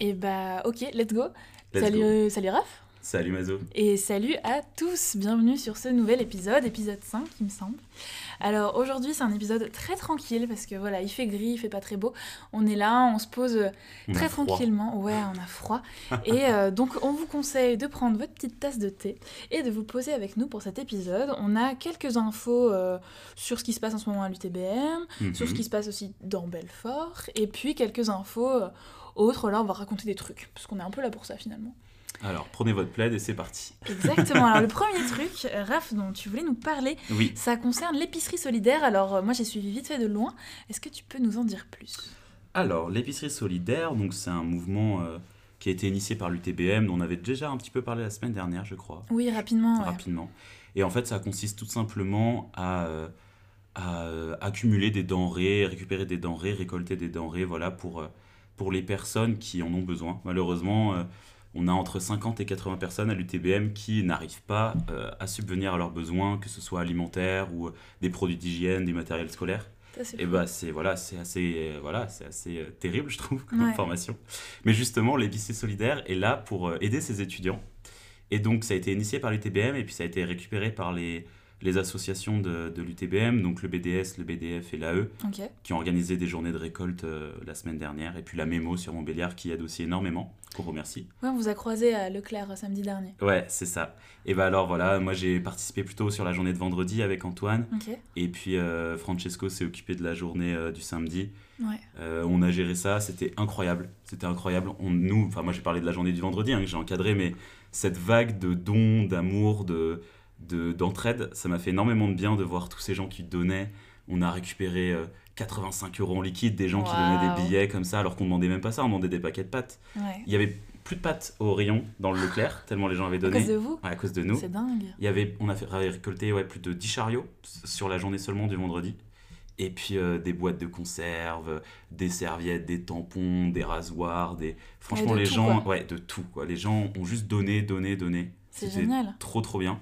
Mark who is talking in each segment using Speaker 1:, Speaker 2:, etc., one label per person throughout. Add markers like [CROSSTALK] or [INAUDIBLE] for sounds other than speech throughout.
Speaker 1: Et bah, ok, let's go.
Speaker 2: Let's
Speaker 1: salut,
Speaker 2: go.
Speaker 1: euh, salut Raph.
Speaker 2: Salut Mazo.
Speaker 1: Et salut à tous. Bienvenue sur ce nouvel épisode, épisode 5, il me semble. Alors aujourd'hui, c'est un épisode très tranquille parce que voilà, il fait gris, il fait pas très beau. On est là, on se pose euh,
Speaker 2: On a
Speaker 1: très
Speaker 2: froid.
Speaker 1: tranquillement. Ouais, on a
Speaker 2: [LAUGHS]
Speaker 1: froid. et euh, donc, on vous conseille de prendre votre petite tasse de thé et de vous poser avec nous pour cet épisode. On a quelques infos euh, sur ce qui se passe en ce moment à l'UTBM,
Speaker 2: Mhm.
Speaker 1: sur ce qui se passe aussi dans Belfort, et puis quelques infos euh, autres. Là, on va raconter des trucs, parce qu'on est un peu là pour ça finalement.
Speaker 2: Alors prenez votre plaid et c'est parti.
Speaker 1: Exactement. Alors, le premier truc, euh, Raph, dont tu voulais nous parler,
Speaker 2: Oui.
Speaker 1: ça concerne l'épicerie solidaire. Alors, euh, moi, j'ai suivi vite fait de loin. Est-ce que tu peux nous en dire plus
Speaker 2: Alors l'épicerie solidaire, donc c'est un mouvement euh, qui a été initié par l'UTBM, dont on avait déjà un petit peu parlé la semaine dernière, je crois,
Speaker 1: Oui, rapidement. ouais.
Speaker 2: rapidement. Et en fait, ça consiste tout simplement à, euh, à, euh, accumuler des denrées, récupérer des denrées, récolter des denrées, voilà pour euh, pour les personnes qui en ont besoin. Malheureusement. euh, on a entre 50 et 80 personnes à l'UTBM qui n'arrivent pas euh, à subvenir à leurs besoins, que ce soit alimentaire ou euh, des produits d'hygiène, des matériels scolaires.
Speaker 1: Ça, c'est
Speaker 2: Et
Speaker 1: fou.
Speaker 2: bah c'est voilà, c'est assez euh, voilà, c'est assez euh, terrible je trouve comme
Speaker 1: Ouais.
Speaker 2: formation. Mais justement, l'épicier solidaire est là pour euh, aider ses étudiants. Et donc ça a été initié par l'UTBM et puis ça a été récupéré par les les associations de, de l'UTBM, donc le BDS, le BDF et l'AE,
Speaker 1: Ok.
Speaker 2: qui ont organisé des journées de récolte euh, la semaine dernière, et puis la mémo sur Montbéliard qui aide aussi énormément, qu'on remercie.
Speaker 1: Ouais, on vous a croisé à Leclerc euh, samedi dernier.
Speaker 2: Ouais, c'est ça. Et bah alors voilà, moi j'ai participé plutôt sur la journée de vendredi avec Antoine,
Speaker 1: Ok.
Speaker 2: et puis euh, Francesco s'est occupé de la journée euh, du samedi.
Speaker 1: Ouais.
Speaker 2: Euh, on a géré ça, c'était incroyable. C'était incroyable. On, nous, enfin moi j'ai parlé de la journée du vendredi hein, que j'ai encadré, mais cette vague de dons, d'amour, de de- d'entraide, ça m'a fait énormément de bien de voir tous ces gens qui donnaient. On a récupéré euh, 85 euros en liquide, des gens qui donnaient
Speaker 1: Waouh.
Speaker 2: des billets comme ça, alors qu'on demandait même pas ça, on demandait des paquets de pâtes.
Speaker 1: Ouais.
Speaker 2: Il y avait plus de pâtes au rayon dans le Leclerc, tellement les gens avaient
Speaker 1: À
Speaker 2: donné.
Speaker 1: cause de vous
Speaker 2: Ouais, à cause de nous.
Speaker 1: C'est dingue.
Speaker 2: Il y avait, on a fait, avait récolté ouais, plus de 10 chariots s- sur la journée seulement du vendredi. Et puis euh, des boîtes de conserve, des serviettes, des tampons, des rasoirs, des... Franchement,
Speaker 1: de
Speaker 2: les
Speaker 1: tout,
Speaker 2: gens... Ouais, de tout. Quoi. Les gens ont juste donné, donné, donné.
Speaker 1: C'est
Speaker 2: C'était
Speaker 1: génial.
Speaker 2: Trop, trop bien.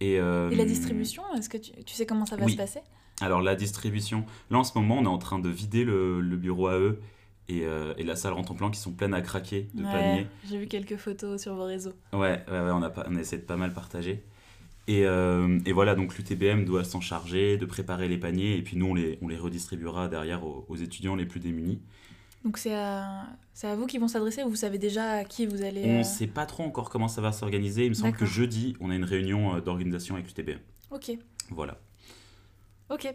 Speaker 2: Et, euh,
Speaker 1: Et la distribution, est-ce que tu, tu sais comment ça va
Speaker 2: oui.
Speaker 1: se passer
Speaker 2: Alors la distribution, là en ce moment on est en train de vider le, le bureau à eux et, euh, et la salle rentemplant qui sont pleines à craquer de
Speaker 1: Ouais,
Speaker 2: paniers.
Speaker 1: J'ai vu quelques photos sur vos réseaux.
Speaker 2: Ouais, ouais, ouais, on, a pas, on a essayé de pas mal partager. Et, euh, et voilà, donc l'UTBM doit s'en charger, de préparer les paniers, et puis nous, on les, on les redistribuera derrière aux, aux étudiants les plus démunis.
Speaker 1: Donc c'est à, c'est à vous qui vont s'adresser ou vous savez déjà à qui vous allez...
Speaker 2: On
Speaker 1: euh,
Speaker 2: sait pas trop encore comment ça va s'organiser. Il me semble que
Speaker 1: D'accord.
Speaker 2: jeudi, on a une réunion euh, d'organisation avec l'UTBM.
Speaker 1: euh, Ok,
Speaker 2: Voilà.
Speaker 1: ok,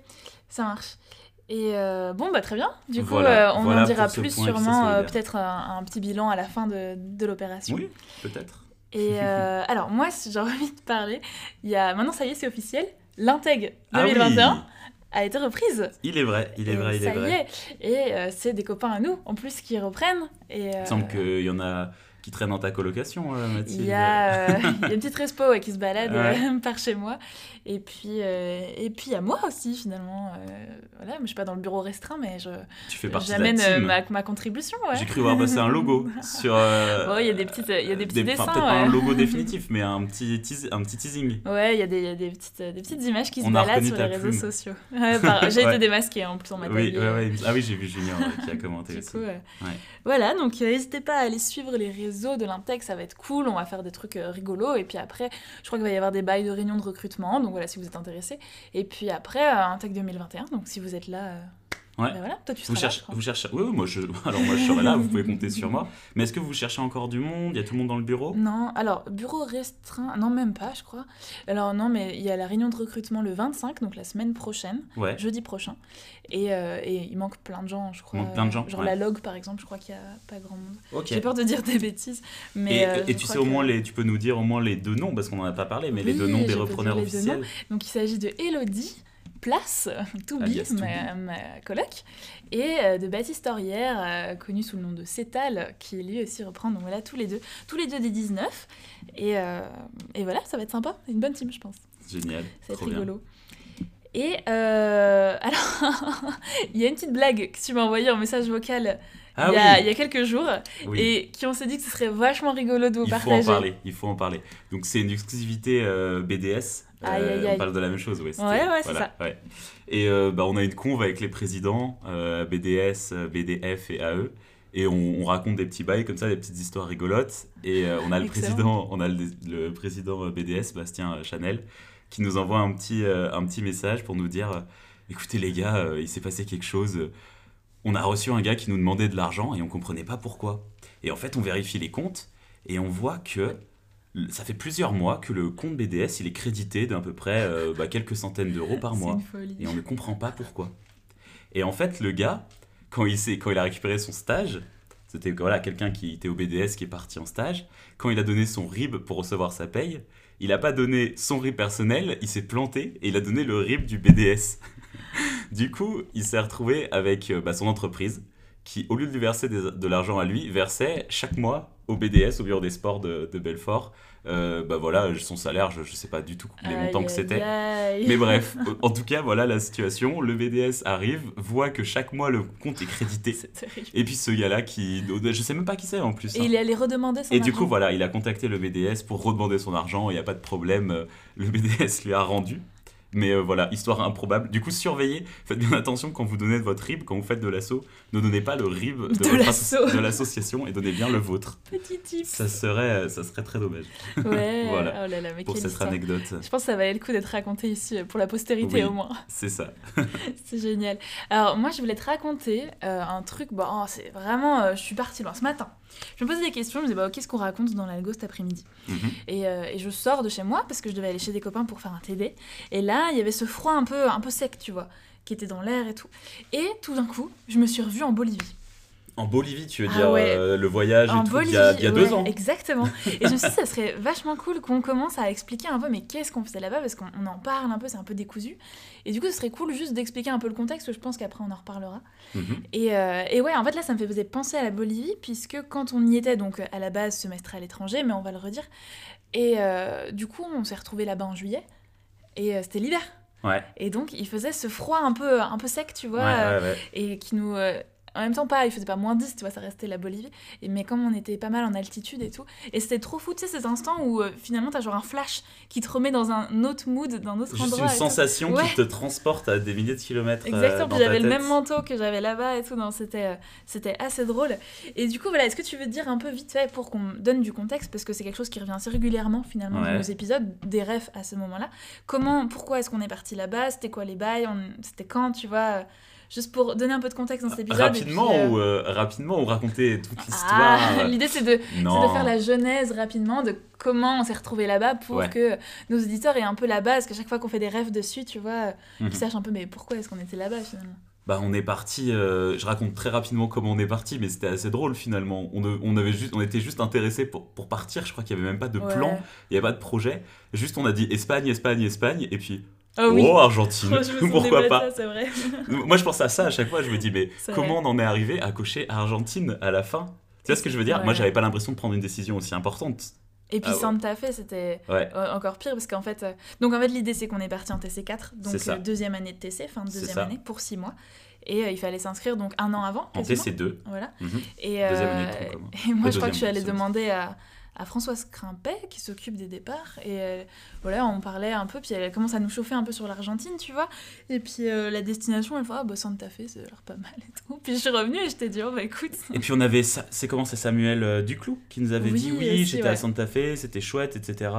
Speaker 1: ça marche. Et euh, bon, bah très bien. Du coup,
Speaker 2: Voilà,
Speaker 1: euh, on
Speaker 2: voilà
Speaker 1: en dira
Speaker 2: pour ce
Speaker 1: plus
Speaker 2: point
Speaker 1: sûrement, euh,
Speaker 2: Ipsos
Speaker 1: peut-être un, un petit bilan à la fin de, de l'opération.
Speaker 2: Oui, peut-être.
Speaker 1: Et
Speaker 2: [LAUGHS]
Speaker 1: euh, alors, moi, si j'ai envie de parler, il y a... maintenant, ça y est, c'est officiel. L'Integ 2021 a été reprise.
Speaker 2: Ah Il est vrai, il est
Speaker 1: Et
Speaker 2: vrai, il
Speaker 1: ça
Speaker 2: est vrai.
Speaker 1: y est. Et euh, c'est des copains à nous, en plus, qui reprennent. Et,
Speaker 2: Il me semble
Speaker 1: euh,
Speaker 2: qu'il y en a qui traînent dans ta colocation, euh, Mathilde.
Speaker 1: Il y, a, euh,
Speaker 2: [LAUGHS]
Speaker 1: il y a une petite respo ouais, qui se balade
Speaker 2: Ouais.
Speaker 1: euh, [LAUGHS] par chez moi. Et puis, euh, et puis à moi aussi, finalement. euh, voilà, mais je suis pas dans le bureau restreint, mais je,
Speaker 2: Tu fais partie de la
Speaker 1: j'amène euh,
Speaker 2: team.
Speaker 1: ma, ma contribution. ouais.
Speaker 2: J'ai cru voir passer un logo
Speaker 1: [LAUGHS]
Speaker 2: sur. euh,
Speaker 1: Bon, il y a des petites- il y a des petits
Speaker 2: enfin,
Speaker 1: dessins,
Speaker 2: Peut-être pas un
Speaker 1: ouais. [LAUGHS]
Speaker 2: logo définitif, mais un petit, teas- un petit teasing.
Speaker 1: Ouais, il y a, des, il y a des, petites, euh, des petites images qui se
Speaker 2: On a
Speaker 1: baladent
Speaker 2: reconnu
Speaker 1: sur les
Speaker 2: ta
Speaker 1: réseaux
Speaker 2: plume.
Speaker 1: sociaux. Ouais, par- J'ai
Speaker 2: Ouais.
Speaker 1: été démasquée en plus, on m'a
Speaker 2: Oui,
Speaker 1: taguée.
Speaker 2: ouais, ouais. Ah oui, j'ai vu Junior ouais, qui a
Speaker 1: [LAUGHS]
Speaker 2: commenté
Speaker 1: Du
Speaker 2: aussi.
Speaker 1: coup, euh,
Speaker 2: Ouais.
Speaker 1: voilà, donc euh, n'hésitez pas à aller suivre les réseaux de l'Intec, ça va être cool, on va faire des trucs euh, rigolos, et puis après, je crois qu'il va y avoir des bails de réunion de recrutement, donc voilà, si vous êtes intéressé. Et puis après, euh, Intec 2021, donc si vous êtes là, euh,
Speaker 2: Ouais.
Speaker 1: ben voilà, toi tu seras là,
Speaker 2: Vous
Speaker 1: je
Speaker 2: cherchez,
Speaker 1: crois.
Speaker 2: vous cherchez. Oui, oui, moi je. [LAUGHS] Alors moi je serai là. Vous pouvez compter
Speaker 1: [LAUGHS]
Speaker 2: sur moi. Mais est-ce que vous cherchez encore du monde Il y a tout le monde dans le bureau.
Speaker 1: Non, alors, bureau restreint, non, même pas, je crois. Alors non, mais il y a la réunion de recrutement le 25, donc la semaine prochaine,
Speaker 2: Ouais.
Speaker 1: jeudi prochain, et, euh, et il manque plein de gens, je crois.
Speaker 2: manque plein de gens,
Speaker 1: Genre
Speaker 2: ouais.
Speaker 1: la log, par exemple, je crois qu'il n'y a pas grand monde.
Speaker 2: Ok.
Speaker 1: J'ai peur de dire des bêtises, mais...
Speaker 2: Et,
Speaker 1: euh,
Speaker 2: et
Speaker 1: je
Speaker 2: tu
Speaker 1: crois
Speaker 2: sais au
Speaker 1: que-
Speaker 2: moins les, tu peux nous dire au moins les deux noms parce qu'on n'en a pas parlé, mais les
Speaker 1: Oui,
Speaker 2: deux noms
Speaker 1: je
Speaker 2: des
Speaker 1: peux
Speaker 2: repreneurs
Speaker 1: dire les deux noms.
Speaker 2: officiels.
Speaker 1: Donc il s'agit de Elodie Place, To Be,
Speaker 2: Alias To
Speaker 1: ma, ma coloc, et euh, de Baptiste Aurière, euh, connu sous le nom de Cétal, qui lui aussi reprend. Donc voilà, tous les deux, tous les deux des 19. Et, euh, et voilà, ça va être sympa. Une bonne team, je pense.
Speaker 2: Génial.
Speaker 1: Ça va être
Speaker 2: Trop bien.
Speaker 1: rigolo. Et euh, [LAUGHS] alors, il y a une petite blague que tu m'as envoyée en message vocal
Speaker 2: Ah
Speaker 1: il, y a, il
Speaker 2: oui.
Speaker 1: y a quelques jours,
Speaker 2: oui.
Speaker 1: et qui on s'est dit que ce serait vachement rigolo de vous
Speaker 2: Il faut en
Speaker 1: partager.
Speaker 2: parler. Il faut en parler. Donc c'est une exclusivité euh, BDS. Euh,
Speaker 1: Aïe, aïe, aïe.
Speaker 2: On parle de la même chose, ouais. c'était-
Speaker 1: Ouais, ouais, c'est
Speaker 2: voilà, ouais. Et euh, bah, on a une conve avec les présidents euh, BDS, euh, BDF et AE. Et on, on raconte des petits bails comme ça, des petites histoires rigolotes. Et euh, on a le
Speaker 1: Excellent.
Speaker 2: président, on a le, le président euh, BDS, Bastien euh, Chanel, qui nous envoie un petit, euh, un petit message pour nous dire euh, écoutez les gars, euh, il s'est passé quelque chose. On a reçu un gars qui nous demandait de l'argent et on comprenait pas pourquoi. Et en fait, on vérifie les comptes et on voit que l- ça fait plusieurs mois que le compte BDS il est crédité d'à peu près euh, bah, quelques centaines d'euros par
Speaker 1: C'est
Speaker 2: mois
Speaker 1: une folie.
Speaker 2: et on ne comprend pas pourquoi. Et en fait, le gars, quand il, s'est- quand il a récupéré son stage, c'était voilà, quelqu'un qui était au BDS qui est parti en stage, quand il a donné son RIB pour recevoir sa paye, il n'a pas donné son RIB personnel, il s'est planté et il a donné le RIB du BDS. [LAUGHS] du coup, il s'est retrouvé avec euh, bah, son entreprise qui, au lieu de lui verser des- de l'argent à lui, versait chaque mois au BDS, au Bureau des Sports de, de Belfort, euh, bah voilà, son salaire, je ne sais pas du tout les
Speaker 1: Aïe,
Speaker 2: montants que
Speaker 1: aïe,
Speaker 2: c'était,
Speaker 1: aïe. [LAUGHS]
Speaker 2: mais bref, en tout cas, voilà la situation. Le BDS arrive, voit que chaque mois le compte est crédité.
Speaker 1: C'est terrible.
Speaker 2: Et puis ce gars-là qui. Je sais même pas qui c'est en plus.
Speaker 1: Et
Speaker 2: hein.
Speaker 1: il est allé redemander son
Speaker 2: Et du coup,
Speaker 1: argent.
Speaker 2: voilà, il a contacté le BDS pour redemander son argent. Il n'y a pas de problème. euh, Le BDS lui a rendu. Mais euh, voilà, histoire improbable. Du coup, surveillez. Faites bien attention quand vous donnez de votre RIB, quand vous faites de l'assaut. Ne donnez pas le RIB de,
Speaker 1: De
Speaker 2: votre
Speaker 1: l'asso.
Speaker 2: asso- de l'association et donnez bien
Speaker 1: [LAUGHS]
Speaker 2: le vôtre.
Speaker 1: Petit tip.
Speaker 2: Ça serait, euh, ça serait très dommage [LAUGHS]
Speaker 1: Ouais.
Speaker 2: Voilà.
Speaker 1: Oh là là, mais
Speaker 2: pour
Speaker 1: quelle
Speaker 2: cette
Speaker 1: histoire.
Speaker 2: anecdote.
Speaker 1: Je pense que ça valait le coup d'être raconté ici euh, pour la postérité
Speaker 2: Oui.
Speaker 1: au moins. [LAUGHS]
Speaker 2: C'est ça.
Speaker 1: C'est génial. Alors moi je voulais te raconter euh, un truc, bon oh, c'est vraiment, euh, je suis partie loin ce matin. Je me posais des questions, je me disais bah, qu'est-ce qu'on raconte dans l'algo cet après-midi
Speaker 2: Mhm.
Speaker 1: et, euh, et je sors de chez moi parce que je devais aller chez des copains pour faire un TD. Et là il y avait ce froid un peu, un peu sec tu vois, qui était dans l'air et tout. Et tout d'un coup je me suis revue en Bolivie.
Speaker 2: En Bolivie, tu veux
Speaker 1: Ah
Speaker 2: dire
Speaker 1: ouais.
Speaker 2: euh, le voyage
Speaker 1: en
Speaker 2: et tout, il
Speaker 1: Bolivie,
Speaker 2: y a, il y a deux
Speaker 1: ouais,
Speaker 2: ans.
Speaker 1: Exactement. Et je me suis dit, ça
Speaker 2: [LAUGHS]
Speaker 1: serait vachement cool qu'on commence à expliquer un peu, mais qu'est-ce qu'on faisait là-bas Parce qu'on on en parle un peu, c'est un peu décousu. Et du coup, ce serait cool juste d'expliquer un peu le contexte, je pense qu'après on en reparlera.
Speaker 2: Mhm.
Speaker 1: Et, euh, et ouais, en fait là, ça me faisait penser à la Bolivie, puisque quand on y était, donc à la base, semestre à l'étranger, mais on va le redire. Et euh, du coup, on s'est retrouvés là-bas en juillet, et euh, c'était l'hiver.
Speaker 2: Ouais.
Speaker 1: Et donc, il faisait ce froid un peu, un peu sec, tu vois.
Speaker 2: Ouais,
Speaker 1: euh,
Speaker 2: ouais, ouais.
Speaker 1: et qui nous. euh, en même temps, pas, il faisait pas moins 10, tu vois, ça restait la Bolivie. Et, mais comme on était pas mal en altitude et tout. Et c'était trop fou, tu sais, ces instants où euh, finalement t'as genre un flash qui te remet dans un autre mood, dans un autre
Speaker 2: Juste
Speaker 1: endroit.
Speaker 2: une
Speaker 1: et tout.
Speaker 2: sensation
Speaker 1: Ouais.
Speaker 2: qui te transporte à des milliers de kilomètres. euh,
Speaker 1: Exactement,
Speaker 2: dans
Speaker 1: puis
Speaker 2: ta
Speaker 1: j'avais le
Speaker 2: tête.
Speaker 1: même manteau que j'avais là-bas et tout, non, c'était, euh, c'était assez drôle. Et du coup, voilà, est-ce que tu veux dire un peu vite fait pour qu'on donne du contexte, parce que c'est quelque chose qui revient assez régulièrement finalement
Speaker 2: Ouais.
Speaker 1: dans nos épisodes, des refs à ce moment-là. Comment, pourquoi est-ce qu'on est parti là-bas, c'était quoi les bails, on- c'était quand, tu vois, euh, juste pour donner un peu de contexte dans cet épisode. et puis,
Speaker 2: Rapidement,
Speaker 1: euh,
Speaker 2: ou, euh, rapidement, ou raconter toute l'histoire. euh,
Speaker 1: Ah, [LAUGHS] l'idée c'est de, c'est
Speaker 2: non.
Speaker 1: de faire la genèse rapidement de comment on s'est retrouvé là-bas pour
Speaker 2: Ouais.
Speaker 1: que nos auditeurs aient un peu la base, que chaque fois qu'on fait des rêves dessus, tu vois, euh,
Speaker 2: Mhm.
Speaker 1: qu'ils sachent un peu mais pourquoi est-ce qu'on était là-bas finalement.
Speaker 2: Bah, on est parti. euh, je raconte très rapidement comment on est parti, mais c'était assez drôle finalement. On, ne- on avait juste, on était juste intéressés pour, pour partir. Je crois qu'il n'y avait même pas de
Speaker 1: Ouais.
Speaker 2: plan, il n'y avait pas de projet. Juste, on a dit Espagne, Espagne, Espagne, et puis
Speaker 1: Ah oui.
Speaker 2: oh Argentine,
Speaker 1: Oh, [LAUGHS] je me souvenais
Speaker 2: [LAUGHS] pourquoi
Speaker 1: de
Speaker 2: pas
Speaker 1: ça, C'est vrai.
Speaker 2: Moi, je pense à ça à chaque fois. Je me dis, mais
Speaker 1: C'est
Speaker 2: comment on en est arrivé à cocher Argentine à la fin Tu vois ce que je veux dire
Speaker 1: Ouais.
Speaker 2: Moi, j'avais pas l'impression de prendre une décision aussi importante.
Speaker 1: Et puis
Speaker 2: Ah ouais.
Speaker 1: Santa Fe, c'était
Speaker 2: Ouais.
Speaker 1: euh, encore pire parce qu'en fait, euh, donc en fait l'idée c'est qu'on est parti en TC4, donc
Speaker 2: C'est ça.
Speaker 1: euh, deuxième année de TC, fin de
Speaker 2: C'est
Speaker 1: deuxième
Speaker 2: ça.
Speaker 1: année pour six mois, et euh, il fallait s'inscrire donc un an avant.
Speaker 2: En
Speaker 1: quasiment.
Speaker 2: TC2.
Speaker 1: Voilà.
Speaker 2: Mhm.
Speaker 1: Et, euh,
Speaker 2: Deuxième année de tronc commun.
Speaker 1: et moi,
Speaker 2: Le
Speaker 1: je crois
Speaker 2: deuxième
Speaker 1: que je suis allée
Speaker 2: semestre.
Speaker 1: demander à, à Françoise Crimpet, qui s'occupe des départs. Et euh, voilà, on parlait un peu, puis elle commence à nous chauffer un peu sur l'Argentine, tu vois. Et puis euh, la destination, elle fait Ah, bah, Santa Fe, c'est l'air pas mal et tout. Puis je suis revenue et je t'ai dit Oh, bah écoute.
Speaker 2: Et puis on avait, Sa- c'est comment c'est Samuel euh, Duclos qui nous avait
Speaker 1: Oui,
Speaker 2: dit oui,
Speaker 1: aussi,
Speaker 2: j'étais
Speaker 1: ouais.
Speaker 2: à Santa Fe, c'était chouette, etc.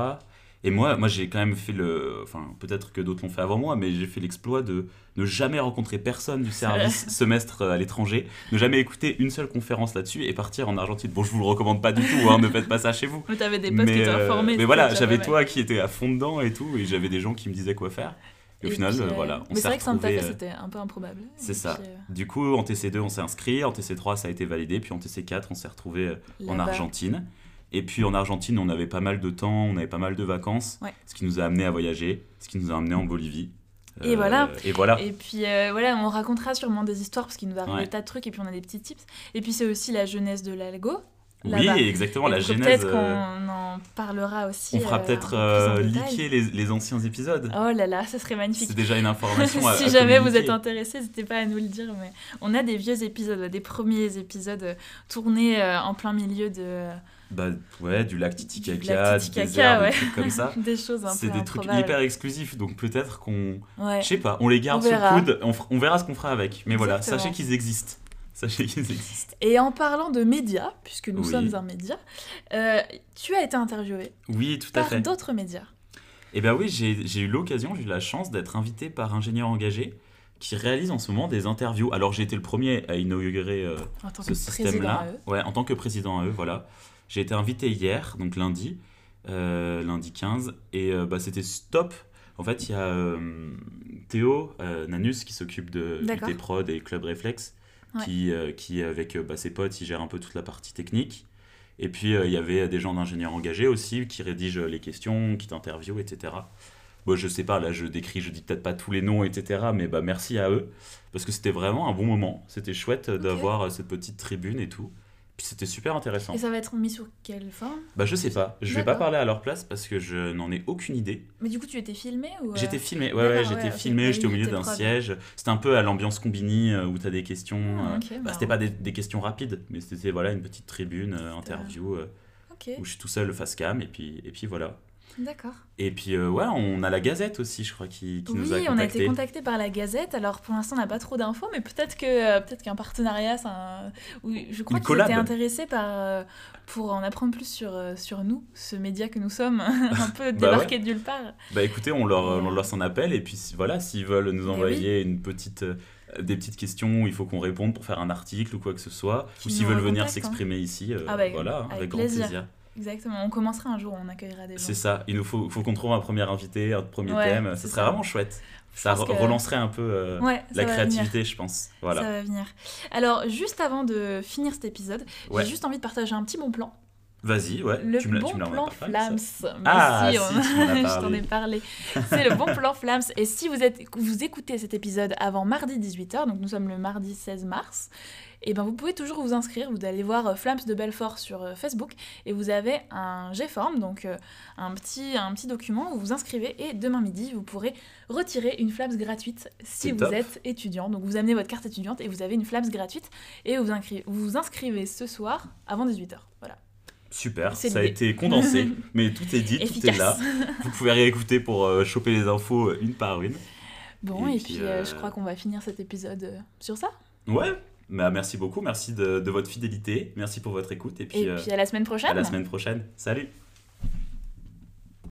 Speaker 2: Et moi, moi j'ai quand même fait le, enfin peut-être que d'autres l'ont fait avant moi, mais j'ai fait l'exploit de ne jamais rencontrer
Speaker 1: [LAUGHS]
Speaker 2: personne du service semestre euh, à l'étranger, ne jamais écouter une seule conférence là-dessus et partir en Argentine. Bon, je vous le recommande pas du tout, hein, ne faites pas ça chez vous.
Speaker 1: Mais t'avais des potes qui t'ont
Speaker 2: euh,
Speaker 1: informé.
Speaker 2: mais
Speaker 1: c'était
Speaker 2: voilà,
Speaker 1: déjà
Speaker 2: j'avais
Speaker 1: pas mal.
Speaker 2: toi qui étais à fond dedans et tout, et j'avais des gens qui me disaient quoi faire. Et au
Speaker 1: Et
Speaker 2: final,
Speaker 1: puis,
Speaker 2: euh,
Speaker 1: euh,
Speaker 2: voilà, on
Speaker 1: Mais
Speaker 2: s'est
Speaker 1: c'est vrai que Santa
Speaker 2: retrouvés.
Speaker 1: Fe,
Speaker 2: euh,
Speaker 1: c'était un peu improbable.
Speaker 2: c'est
Speaker 1: Et
Speaker 2: ça.
Speaker 1: puis, euh,
Speaker 2: Du coup, en TC2, on s'est inscrit, en TC3, ça a été validé, puis en TC4, on s'est retrouvé en
Speaker 1: là-bas.
Speaker 2: Argentine. Et puis en Argentine, on avait pas mal de temps, on avait pas mal de vacances,
Speaker 1: Ouais. Mm.
Speaker 2: ce qui nous a amené à voyager, ce qui nous a amené en Bolivie.
Speaker 1: Et voilà.
Speaker 2: Et voilà.
Speaker 1: Et puis euh, voilà, on racontera sûrement des histoires parce qu'il nous arrive
Speaker 2: Ouais.
Speaker 1: des tas de trucs et puis on a des petits tips. Et puis c'est aussi la jeunesse de l'algo.
Speaker 2: oui,
Speaker 1: là-bas.
Speaker 2: exactement,
Speaker 1: Et
Speaker 2: la
Speaker 1: donc,
Speaker 2: genèse.
Speaker 1: Peut-être
Speaker 2: euh,
Speaker 1: qu'on en parlera aussi.
Speaker 2: on fera
Speaker 1: euh,
Speaker 2: peut-être
Speaker 1: un peu
Speaker 2: euh,
Speaker 1: plus en détail.
Speaker 2: liker les, les anciens épisodes.
Speaker 1: Oh là là, ça serait magnifique.
Speaker 2: C'est déjà
Speaker 1: [LAUGHS]
Speaker 2: une information. à-
Speaker 1: si
Speaker 2: à
Speaker 1: jamais vous
Speaker 2: communiquer.
Speaker 1: êtes intéressé, n'hésitez pas à nous le dire. Mais on a des vieux épisodes, des premiers épisodes euh, tournés euh, en plein milieu de [LAUGHS] euh,
Speaker 2: Bah, ouais, du lac
Speaker 1: Du lac
Speaker 2: Titicaca, du
Speaker 1: Titicaca,
Speaker 2: désert,
Speaker 1: ouais.
Speaker 2: des trucs
Speaker 1: [LAUGHS]
Speaker 2: comme ça.
Speaker 1: des choses un peu
Speaker 2: C'est des trucs
Speaker 1: improbables.
Speaker 2: hyper exclusifs, donc peut-être qu'on.
Speaker 1: Ouais.
Speaker 2: Je sais pas, on les garde
Speaker 1: On
Speaker 2: sous
Speaker 1: verra.
Speaker 2: le coude, on, f- on verra ce qu'on fera avec. Mais voilà,
Speaker 1: Exactement.
Speaker 2: sachez qu'ils existent. [LAUGHS] Sachez qu'ils existent.
Speaker 1: Et en parlant de médias, puisque nous
Speaker 2: Oui.
Speaker 1: sommes un média, euh, tu as été interviewé
Speaker 2: Oui, tout à
Speaker 1: par
Speaker 2: fait.
Speaker 1: d'autres médias.
Speaker 2: Eh bien oui, j'ai j'ai eu l'occasion, j'ai eu la chance d'être invité par Ingénieur Engagé qui réalise en ce moment des interviews. Alors j'ai été le premier à inaugurer euh,
Speaker 1: En tant
Speaker 2: ce
Speaker 1: que président
Speaker 2: système-là.
Speaker 1: à eux.
Speaker 2: Ouais, en tant que président à eux, voilà. J'ai été invité hier, donc lundi, euh, lundi 15, et euh, bah, c'était stop. En fait, il y a euh, Théo euh, Nanus qui s'occupe de
Speaker 1: D'accord.
Speaker 2: UT Prod et Club Reflex,
Speaker 1: Ouais.
Speaker 2: qui, euh, qui avec euh, bah, ses potes, il gère un peu toute la partie technique. Et puis, euh, il y avait des gens d'ingénieurs engagés aussi qui rédigent euh, les questions, qui t'interviewent, etc. Bon, je sais pas, là je décris, je dis peut-être pas tous les noms, etc. Mais bah merci à eux, parce que c'était vraiment un bon moment. C'était chouette euh,
Speaker 1: Ok.
Speaker 2: d'avoir euh, cette petite tribune et tout. Puis c'était super intéressant.
Speaker 1: Et ça va être mis sur quelle forme
Speaker 2: Bah je sais pas, je vais pas
Speaker 1: D'accord.
Speaker 2: parler à leur place parce que je n'en ai aucune idée.
Speaker 1: Mais du coup, tu étais filmé ou euh,
Speaker 2: J'étais filmé, ouais
Speaker 1: D'accord,
Speaker 2: ouais,
Speaker 1: ouais,
Speaker 2: j'étais
Speaker 1: ok.
Speaker 2: filmé,
Speaker 1: Ah
Speaker 2: j'étais au
Speaker 1: oui,
Speaker 2: milieu
Speaker 1: t'es
Speaker 2: d'un
Speaker 1: prod.
Speaker 2: siège. C'était un peu à l'ambiance combini euh, où t'as des questions.
Speaker 1: Ah,
Speaker 2: euh,
Speaker 1: ok,
Speaker 2: bah,
Speaker 1: marrant.
Speaker 2: c'était pas des, des questions rapides, mais c'était voilà une petite tribune, euh,
Speaker 1: C'était, euh,
Speaker 2: interview euh,
Speaker 1: Ok,
Speaker 2: où je suis tout seul face cam et puis et puis voilà.
Speaker 1: d'accord.
Speaker 2: Et puis euh, ouais, on a la Gazette aussi, je crois, qui, qui nous a
Speaker 1: Oui, on a été
Speaker 2: contactés.
Speaker 1: contacté par la Gazette. Alors pour l'instant, on n'a pas trop d'infos, mais peut-être que euh, peut-être qu'un partenariat, ça, un- oui, je crois
Speaker 2: Une
Speaker 1: qu'ils étaient
Speaker 2: collab.
Speaker 1: intéressés par euh, pour en apprendre plus sur euh, sur nous, ce média que nous
Speaker 2: [LAUGHS]
Speaker 1: sommes, un peu
Speaker 2: Bah
Speaker 1: débarqué de nulle part.
Speaker 2: Bah écoutez, on leur, on leur lance un appel et puis si- voilà, s'ils veulent nous
Speaker 1: Mais
Speaker 2: envoyer une petite, euh, des petites questions où il faut qu'on réponde pour faire un article ou quoi que ce soit,
Speaker 1: Qui
Speaker 2: ou s'ils
Speaker 1: nous
Speaker 2: veulent venir
Speaker 1: recontactent, hein.
Speaker 2: s'exprimer ici, euh,
Speaker 1: Ah bah,
Speaker 2: voilà, hein,
Speaker 1: avec
Speaker 2: avec, grand
Speaker 1: plaisir.
Speaker 2: plaisir.
Speaker 1: Exactement. On commencera un jour, on accueillera des gens.
Speaker 2: C'est ça, il nous faut, faut qu'on trouve un premier invité, un premier
Speaker 1: Ouais,
Speaker 2: thème,
Speaker 1: c'est
Speaker 2: ça serait
Speaker 1: ça.
Speaker 2: vraiment chouette. Ça
Speaker 1: pense
Speaker 2: re-
Speaker 1: que-
Speaker 2: relancerait un peu euh,
Speaker 1: Ouais, ça va
Speaker 2: la
Speaker 1: venir.
Speaker 2: créativité, je pense. Voilà.
Speaker 1: Ça va venir. Alors, juste avant de finir cet épisode,
Speaker 2: Ouais.
Speaker 1: j'ai juste envie de partager un petit bon plan.
Speaker 2: Vas-y, ouais.
Speaker 1: Le
Speaker 2: tu me l'as-
Speaker 1: bon
Speaker 2: tu me l'as
Speaker 1: plan
Speaker 2: remarqué, ça
Speaker 1: Flams. Mais
Speaker 2: Ah,
Speaker 1: si, on-
Speaker 2: si, tu m'en as
Speaker 1: [LAUGHS] je t'en ai
Speaker 2: parlé.
Speaker 1: parlé. C'est le bon plan Flams. Et si vous, êtes, vous écoutez cet épisode avant mardi 18h, donc nous sommes le mardi 16 mars, et ben vous pouvez toujours vous inscrire. Vous allez voir euh, Flams de Belfort sur euh, Facebook et vous avez un G-Form, donc euh, un, petit, un petit document où vous vous inscrivez. Et demain midi, vous pourrez retirer une Flams gratuite si
Speaker 2: C'est
Speaker 1: vous
Speaker 2: top.
Speaker 1: êtes étudiant. Donc vous amenez votre carte étudiante et vous avez une Flams gratuite et vous inscrivez, vous vous inscrivez ce soir avant 18h. Voilà.
Speaker 2: Super,
Speaker 1: C'est
Speaker 2: ça a
Speaker 1: l'idée. [LAUGHS]
Speaker 2: été condensé, mais tout est dit, tout est
Speaker 1: Efficace.
Speaker 2: là. Vous pouvez réécouter pour euh, choper les infos euh, une par une.
Speaker 1: Bon, et,
Speaker 2: Et
Speaker 1: puis,
Speaker 2: puis,
Speaker 1: euh,
Speaker 2: euh,
Speaker 1: je crois qu'on va finir cet épisode euh, sur ça.
Speaker 2: Ouais, bah, merci beaucoup, merci de, de votre fidélité, merci pour votre écoute et puis,
Speaker 1: et
Speaker 2: euh,
Speaker 1: puis à la semaine prochaine.
Speaker 2: à la semaine prochaine. Salut